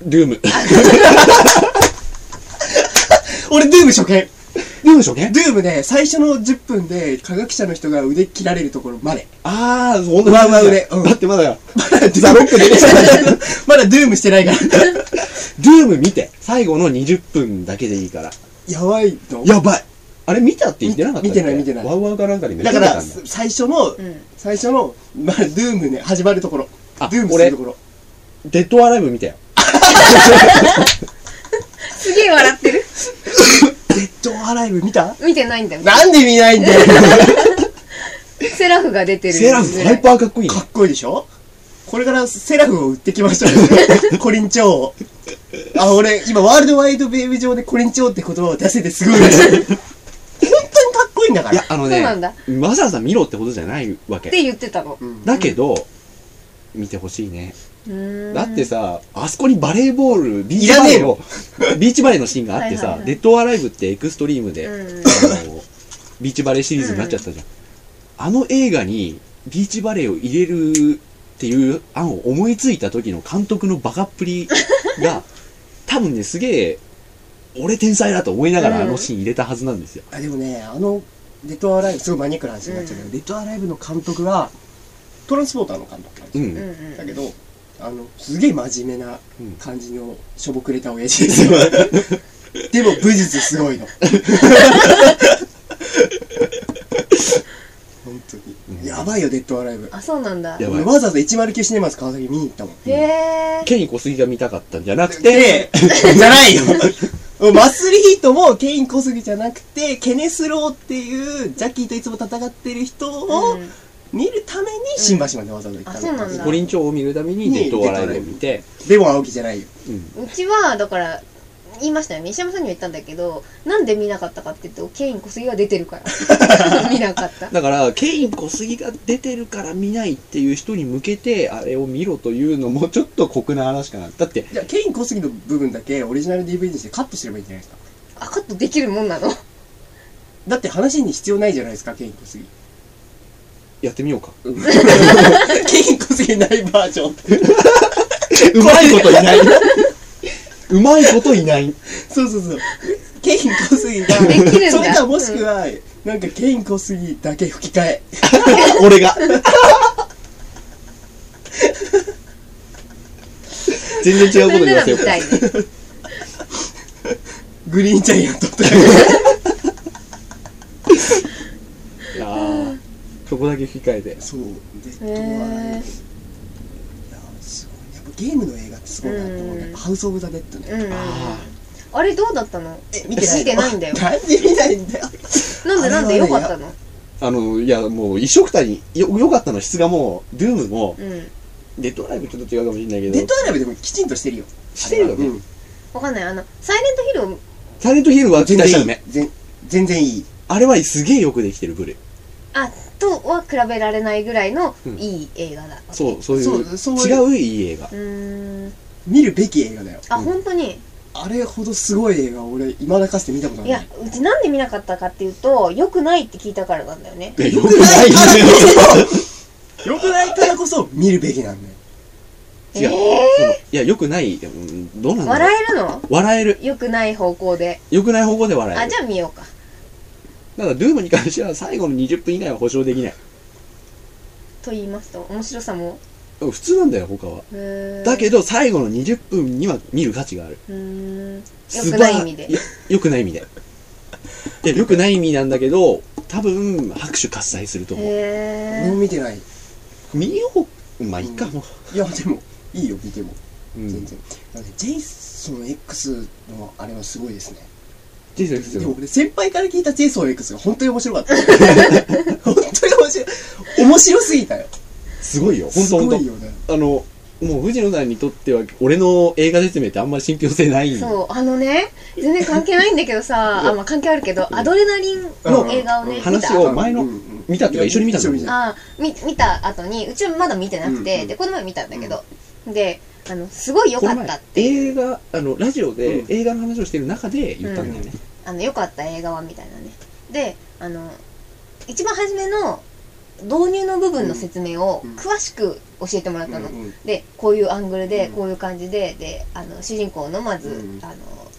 ルーム。俺、ドゥーム初見ルーム初見ドゥームね、最初の10分で科学者の人が腕切られるところ [LAUGHS] まで。ああ、ほんとわうわうでうんだってまだ、ザロ [LAUGHS] ックでまだドゥームしてないから。ドゥーム見て。最後の20分だけでいいから。やばいのやばいあれ見たって言ってなかったっけ見てない見てないワウワウかなんかにめっちだゃか出たら、んだ。最初の、うん最初の、まあ、ドゥームね、始まるところ。ドあゥームするところ。デッドアライブ見たよ。すげえ笑って [LAUGHS] るデッドアライブ見た見てないんだよなんで見ないんだよセラフが出てるセーラー服ハイパーかっこいいね [LAUGHS] かっこいいでしょこれからセラフを売ってきました [LAUGHS] よ。コリンチョウを。あ、俺、今、ワールドワイドウェブ上でコリンチョウって言葉を出せてすごい嬉しい。本当にかっこいいんだかいらや。、あのそうねなんだ、わざわざ見ろってことじゃないわってけ。言ってたのうんだけど、見てほしいね。うーんだってさ、あそこにバレーボール、ビーいチらバねえレーよの、ビーチバレーのシーンがあってはいはさい、はいデッドアライブってエクストリームで、うんあのビーチバレーシリーズになっちゃったじゃん。あの映画にビーチバレーを入れるっていう案を思いついた時の監督のバカっぷりが、多分ね、すげえ、俺天才だと思いながらあのシーン入れたはずなんですよ。あでもねあのデッドアライブすごいマニアックな話になっちゃうけど、うんデッドアライブの監督はトランスポーターの監督なんですうよ、うんん。うんだけどあのすげえ真面目なうん感じのしょぼくれた親父 [LAUGHS] ですよでも武術すごいの本当に、うんやばいよデッドアライブあそうなんだやばい俺わざわざ109シネマズ川崎見に行ったもんへえケニー小杉が見たかったんじゃなくてで、、じゃないよ。マスリヒートもケイン小杉じゃなくて、ケネスローっていうジャッキーといつも戦ってる人を見るために新橋までわざわざ行ったのあそうなんだ五輪長を見るためにデッドアライブを見て、でも青木じゃないよ。うん。うちはだから言いましたよね石山さんにも言ったんだけどなんで見なかったかって言うとケイン小杉が出てるから見なかっただから、ケイン小杉が出てるから見ないっていう人に向けて、あれを見ろというのもちょっと酷な話かな。だって、じゃあ、ケイン小杉の部分だけオリジナル DVD にしてカットすればいいんじゃないですか。あカットできるもんなのだって話に必要ないじゃないですか、ケイン小杉。 [LAUGHS] やってみようか。ケイン小杉ないバージョン。うまいこといない。うまいこといない。そうそうそう。ケイン小杉ができるんだそれかもしくは、なんかケイン小杉だけ吹き替え。俺が。全然違うこと言わせようそれならか。見たいねグリーンジャイアントって。あーそこだけ吹き替えて。そうデッドアライブへいやすごいやっぱゲームの映画ってすごいなと思う、うんやっぱハウス・オブ・ザ・デッドえうね、んうんああれどうだったのえ見てない見てないんだよなんで見ないんだよ [LAUGHS] なんでなんであれよはねかったのあの、いや、もう、一色たに、よ、良かったの質がもう、ドゥームもう、んデッドアライブちょっと違うかもしれないけデッどド、アライブでもきちんとしてるよしてるよねうんわかんないあのサイレントヒルをサイレントヒルは期全待したよ然いい、ね。全全然いいあれはすげえよくできてる、ブルー。あとは比べられないぐらいのうんいい映画だそう、そういう、そうそうい違うういい映画 [LAUGHS] う。ーん見るべき映画だよあうん本当にあれほどすごい映画俺いまだかつて見たことないいやうちなんで見なかったかっていうと良くないって聞いたからなんだよねいやよよくくなないいからよ。こそよくないからこそ見るべきなんだよ違う。えーいや、よくない、うんどうなんだろう。笑えるの笑える。良くない方向でよくない方向で笑える。あじゃあ見ようかだから、ドゥームに関しては最後の20分以内は保証できない。と言いますと面白さも普通なんだよ、他は。だけどど、最後の20分には見る価値がある。うーん良く素晴ならい意味でやよくない意味で。いや、よくない意味なんだけど、多分、拍手喝采すると思う。へ俺もえ見てない見よう。まあ、いいかも。いやでもいいよ見てもうん。全然、だってジェイソン X のあれはすごいですねジェイソンでもですよ俺先輩から聞いたジェイソン X が本当に面白か [LAUGHS] った。本当に面白い。面白すぎたよ。すごいよ。ほんすとごほんとい。よね。あの、もう藤野さんにとっては、俺の映画説明ってあんまり信憑性ないんそうあのね全然関係ないんだけどさあまあ関係あるけどアドレナリンの映画をねうん見話たを前のうんうん見たっていうか一緒に見たんだもんね一緒にあみ見た後にうちはまだ見てなくて、うんうんでこの前見たんだけど、であのすごい良こかのっ前たっていう映画、あの、ラジオでうん映画の話をしてる中で言ったんだよね。あの良かった映画はみたいなねであの一番初めの導入の部分の説明を詳しく教えてもらったの、うんうんでこういうアングルでうんこういう感じでであの主人公のまず、うんあの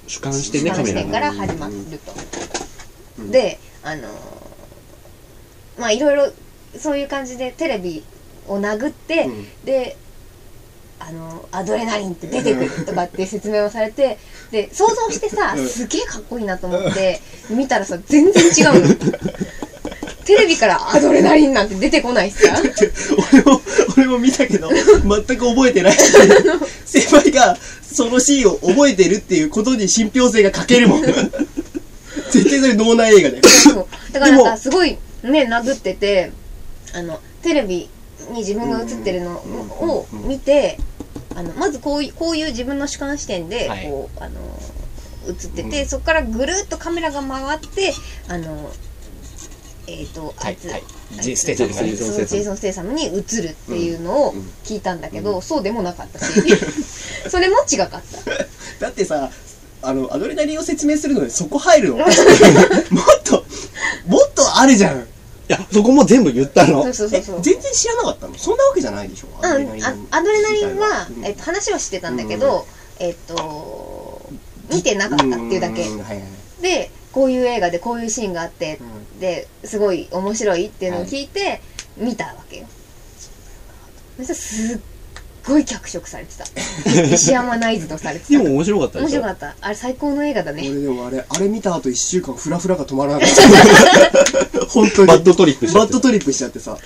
主観して視ねカ観メ視ラ点がから始まると、うんであのまあいろいろそういう感じでテレビを殴って、うんであのアドレナリンって出てくるとかって説明をされてで想像してさうんすげえかっこいいなと思って見たらさ全然違うの [LAUGHS] テレビからアドレナリンなんて出てこないしさ俺も、俺も見たけど、全く覚えてないし、先輩がそのシーンを覚えてるっていうことに信憑性が欠けるもん。絶対それ脳内映画だよ。そうだからでさもすごいね殴っててあのテレビに自分が映ってるのうんをうん見てあのまずこういこういう自分の主観視点ではいこう、あの映ってて、うんそこからぐるっとカメラが回ってあのえっ、とあいつ、ジェステジイェサムがねイソン・ステイサムに移るっていうのをうん聞いたんだけうど、そうでもなかったしそれも違かっただってさ、あの、アドレナリンを説明するのにそこ入るのもっと、もっとあるじゃん。いやそこも全部言ったのそうそうそうえ、そう全然知らなかったのそんなわけじゃないでしょアドレナうリん、ンあアドレナリンは、うんえっと、話はしてたんだけど、えっと、見てなかったっていうだけ。んはいはいはい。で、こういう映画でこういうシーンがあって、で、すごい面白いっていうのを聞いて、見たわけよ。そしたらすっごい脚色されてた。 [LAUGHS] 石山ナイズとされてでたも。面白かったで面しょ白かった。あれ最高の映画だね。俺でもあれ、あれ見た後一週間フラフラが止まらなかった。本当に。バッドトリップしちゃバっッてドトリップしちゃってさ。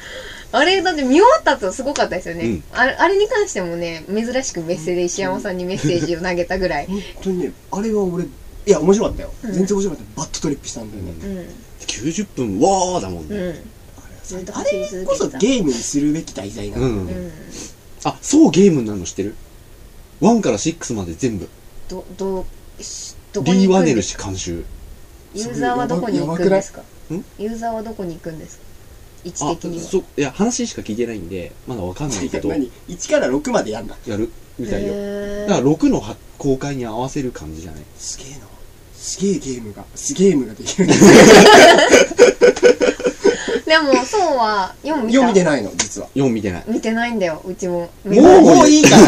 あれ、だって見終わった後すごかったですよね。うんあれあれに関してもね、珍しく別ッで石山さんにメッセージを投げたぐらい。本当にね、あれは俺、いや、面白かったよ。うん全然面白かったよ。バッドトリップしたんだよね。うん。 90分わーだもんうね、ん。ずっとあ走りれ続こけそてた。ゲームにするべき題材なうの。んうん、あそうゲームになるの知ってる ?1 から6まで全部ど、ど、しどこにリー・行ワくネんルで氏監修ユーザーはどこに行くんですかばくユーザーはどこに行くんですか位置あ的には。そういや話しか聞いてないんでまだわかんないけ [LAUGHS] ど何 ?1 から6までやんだ。やるみたいよへだーから6の発公開に合わせる感じじゃないすげえな。すげえゲームが、すげえゲームができる。でも、そうは、読む見読たみてないの、実は。 4見てない見てないんだよ、うちも。もうもうもういいから。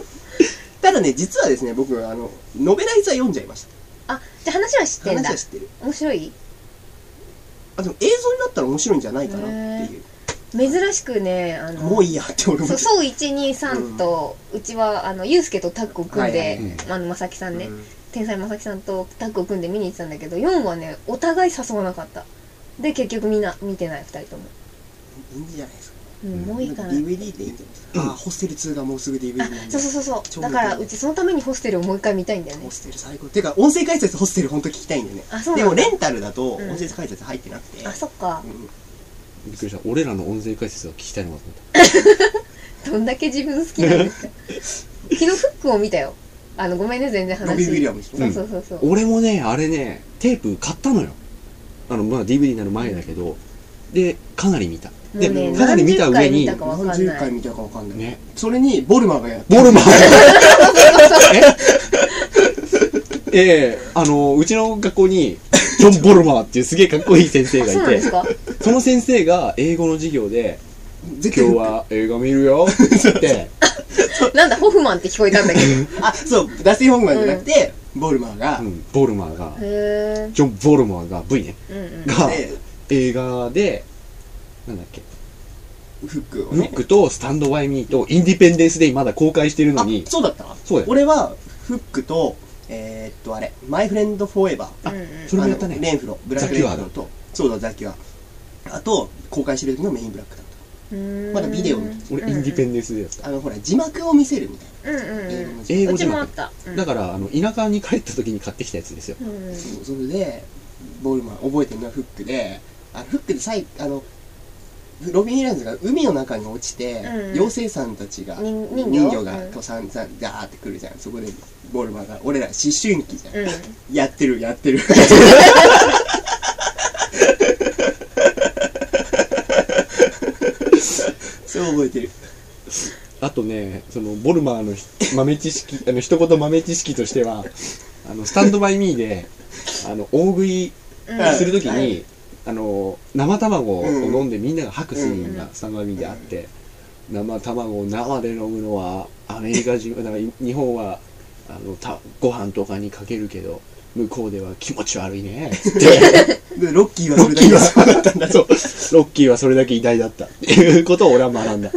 [LAUGHS] ただね、実はですね、僕、あの、ノベライズは読んじゃいまし。あ、じゃあ話は知ったてん話だは。知ってる。面白いあ、でも映像になったら面白いんじゃないかなっていう。珍しくね、あの、もういいやって俺もそ思う、って。そう123と、うちは、あの、ゆうすけとタッグを組んはいではいは、あの、まさきさんねう、ん天才まさきさんとタッグを組んで見に行ってたんだけど、4はね、お互い誘わなかった。で、結局みんな見てない、2人とも。いいんじゃないですか。うん、もういいかな。 DVD でいいんじゃないですか。あー、ホステル2がもうすぐ DVD なんで。そうそうそうそう。だから、うちそのためにホステルをもう一回見たいんだよねホ。ステル最高てか音声解説ホステル本当聞きたいんだよねあそうなでんだもレンタルだとうん音声解説入ってなくて、あ、そっか。うんびっくりした俺らの音声解説が聞きたいのかとど思っんだけ自分好きなんですか。昨日フックを見たよ。あの、ごめんね、全然話。ロビー・ウィリアムでしょそうそうそうそうた。俺もねあれねテープ買ったのよあのまあ DVD になる前だけどでかなり見たで、もうねかなり見た上何に十回見たかわかんない何十回見たかわかんない、ねそれにボルマーがやってボルマーえ [LAUGHS] えあのうちの学校にジョン・ボルマーっていうすげえかっこいい先生あ、がそういなんてですか。その先生が英語の授業で「絶対今日は映画見るよ」って言ってなんだ、ホフマンって聞こえたんだけ [LAUGHS] ど。あそうダスティン・ホームマンじゃなくて、ボルマーが、うんボルマーがへジョン・ボルマーが V ねえ。うんうん。がで映画でなんだっけフックをフねックとスタンドバイミーとインディペンデンスデイまだ公開してるのあにそうだったそうだよ俺はフックとえー、っとあれマイフレンド・フォーエバーうんうんそれもやったねあのレンフロブラック・レンフローとそうだザキュアあと公開してる時のメインブラックだったうーんまだビデオ見て俺インディペンデンスデイだっあのほら字幕を見せるみたいなうんうん英う語のん字幕英う語ちじゃもあなっくてた。うんだからあの田舎に帰った時に買ってきたやつですようんそうそれでボルマー覚えてるのはフックであのフックで最あのロビン・ウィリアムズが海の中に落ちて、うん妖精さんたちが人人形人形がうんこうさんさんダーってくるじゃんそこでボルマーが俺ら思春期じゃん、うん。やってるや [LAUGHS] ってるそれ覚えてるあとねそのボルマーのひ豆知識あの一言豆知識としてはあのスタンドバイミーであの大食いうんするときはに、あの生卵を飲んでみんなが吐くシーンがスタンバイミーであって、生卵を生で飲むのはアメリカ人 [LAUGHS] なんか日本はあのたご飯とかにかけるけど向こうでは気持ち悪いねつってでロッキーはそれだけですそうだったんだそうロッキーはそれだけ偉大だったっていうことを俺は学んだ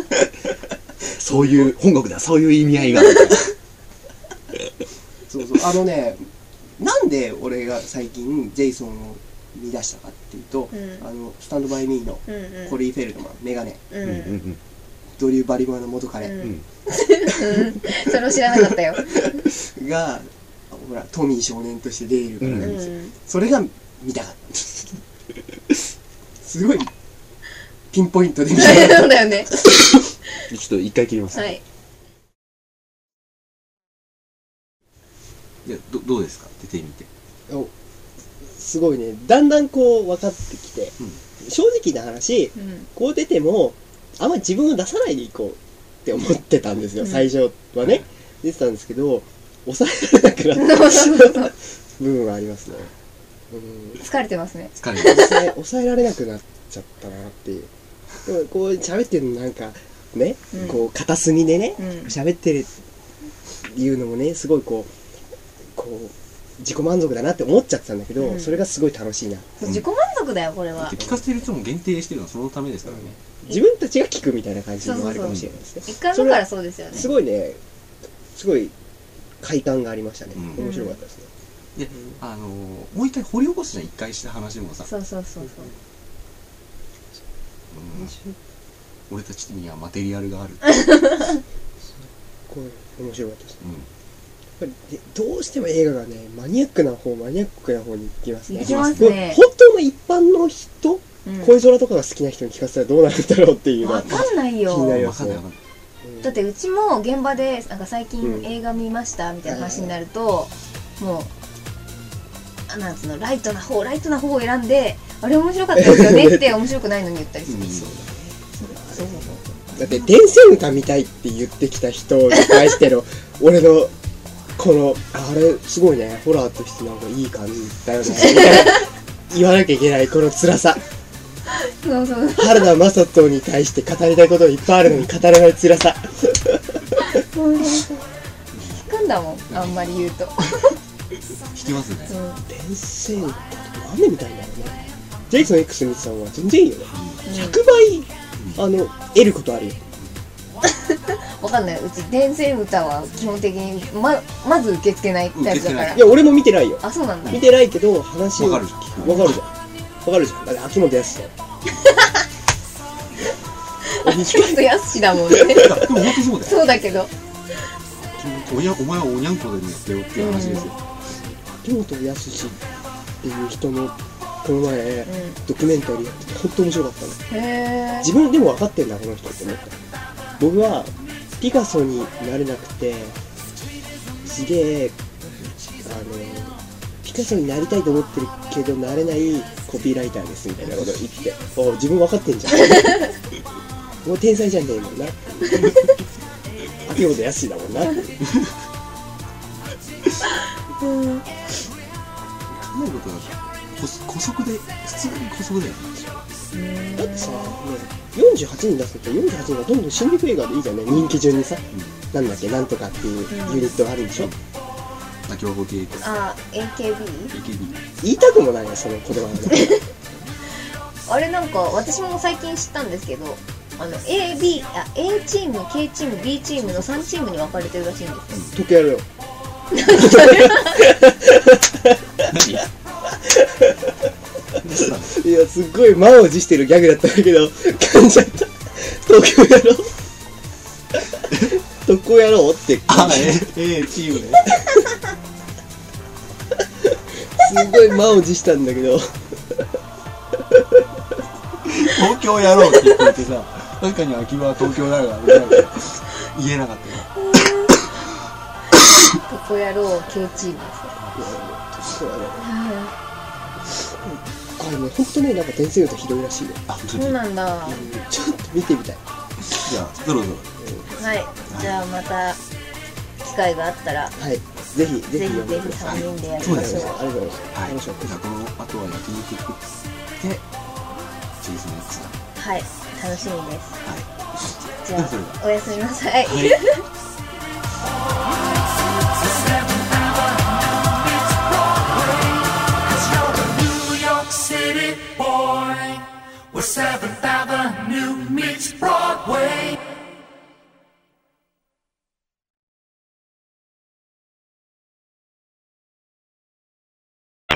そういう本国ではそういう意味合いがあるそうそうあのねなんで俺が最近ジェイソンを見出したかっていうと、うんあのスタンドバイミーのうんうんコリー・フェルトマンメガネううんんうんドリュー・バリバーの元彼ううんんそれを知らなかったよ、が、ほらトミー少年として出ているからうなんんですよ、それが見たかったすごいピンポイントで見たかっ [LAUGHS] そうだよねちょっと一回切ります、、はいいやどどうですか出てみてた [LAUGHS] おすごいねだんだんこう分かってきて、うん正直な話うんこう出てもあんまり自分を出さないでいこうって思ってたんですよ、うん最初はね出てたんですけど抑えられなくなったそうそうそう部分はありますね、うん、疲れてますね疲れて抑え抑えられなくなっちゃったなっていうでもこう喋ってるのなんかね、うんこう片隅でねうん喋ってるいうのもねすごいこうこう自己満足だなって思っちゃってたんだけど、うんそれがすごい楽しいなそう自己満足だよこれは聞かせてる人も限定してるのはそのためですからね、自分たちが聞くみたいな感じもあるかもしれないですね一回目からそうですよねすごいね、すごい快感がありましたね。うん面白かったですね。であのーもう一回掘り起こすじゃん一回した話もさ、そうそうそうそううん俺たちにはマテリアルがある、こう面白かったですね。うやっぱりでどうしても映画がね、マニアックな方、マニアックな方に行きます行ね。きますこうね、本当の一般の人、うん、恋空とかが好きな人に聞かせたらどうなるんだろうっていうのはわかんないよ気になりん、まわすかんないわ。ねかんないうんだってうちも現場でなんか最う近ん映画見ましたみたいな話になると、もうあなんつうのライトな方ライトな方を選んであれ面白かったですよねって面白くないのに言ったりする、うそんうそうだって、電線歌見たいって言ってきた人に対しての、 [LAUGHS] 俺の、この、あれ、すごいね、ホラーとしてなんかいい感じだよね、みた [LAUGHS] いな言わなきゃいけない、この辛さ。そうそうそう原田雅人に対して語りたいことがいっぱいあるのに語れない辛さそう聞くんだもんあんまり言うと、聞きますね、うんうん電線歌なんで見たいんだろうねジェイソン X 見てたのは全然いいよね100倍あの得ることあるよわかんないうち伝染歌は基本的にままず受け付けないタイプだか受け付けらいや俺も見てないよあそうなんだ見てないけど話をわかる聞くわかるじゃんわかるじゃんだって秋元康だよ [LAUGHS] 秋元康だもんね [LAUGHS] いやでも本当そうだよそうだけどおやお前はおにゃんこでねやってよっていう話ですよ、秋元康っていう人のこの前うドキュメンタリーやってて本当面白かったのんへえ自分でも分かってんだこの人って思った僕はピカソになれなくてすげえあのピカソになりたいと思ってるけどなれないコピーライターですみたいなこと言っておう自分分かってんじゃんもう天才じゃねえもんな [LAUGHS] 秋元康だもんな考えることはこ姑息で普通に姑息だよねだってさ、ね、48人出すって48人がどんどん死んでいく映画でいいじゃんね人気順にさ、なんだっけなんとかっていうユニットがあるんでしょ、泣きは48あ AKB? AKB 言いたくもないよその言葉はねあれなんか私も最近知ったんですけどあの AB あ A チーム K チーム B チームの3チームに分かれてるらしいんですよ時計やるよ何いやすっごい満を持してるギャグだったんだけど噛んじゃった東京やろ特攻やろうってあえ A チームねすごい満を持したんだけど東京やろうって言ってさ確かに秋葉は東京だからみたいな言えなかったよここやろう K チームそうだねあれねほんとねなんか伝説歌ひどいらしいよあそそううなんなんだはちょっと見てみたいじゃあそろそろいじゃあまた機会があったらはいぜひぜぜひひ読んでぜくひださい3人でやりそうまだよしねょうありがとうございます、はい楽しじかったゃあこの後は焼肉食ってぜひ皆さんはい楽しみですはいじゃあおやすみなさい City boy, where Seventh Avenue meets Broadway.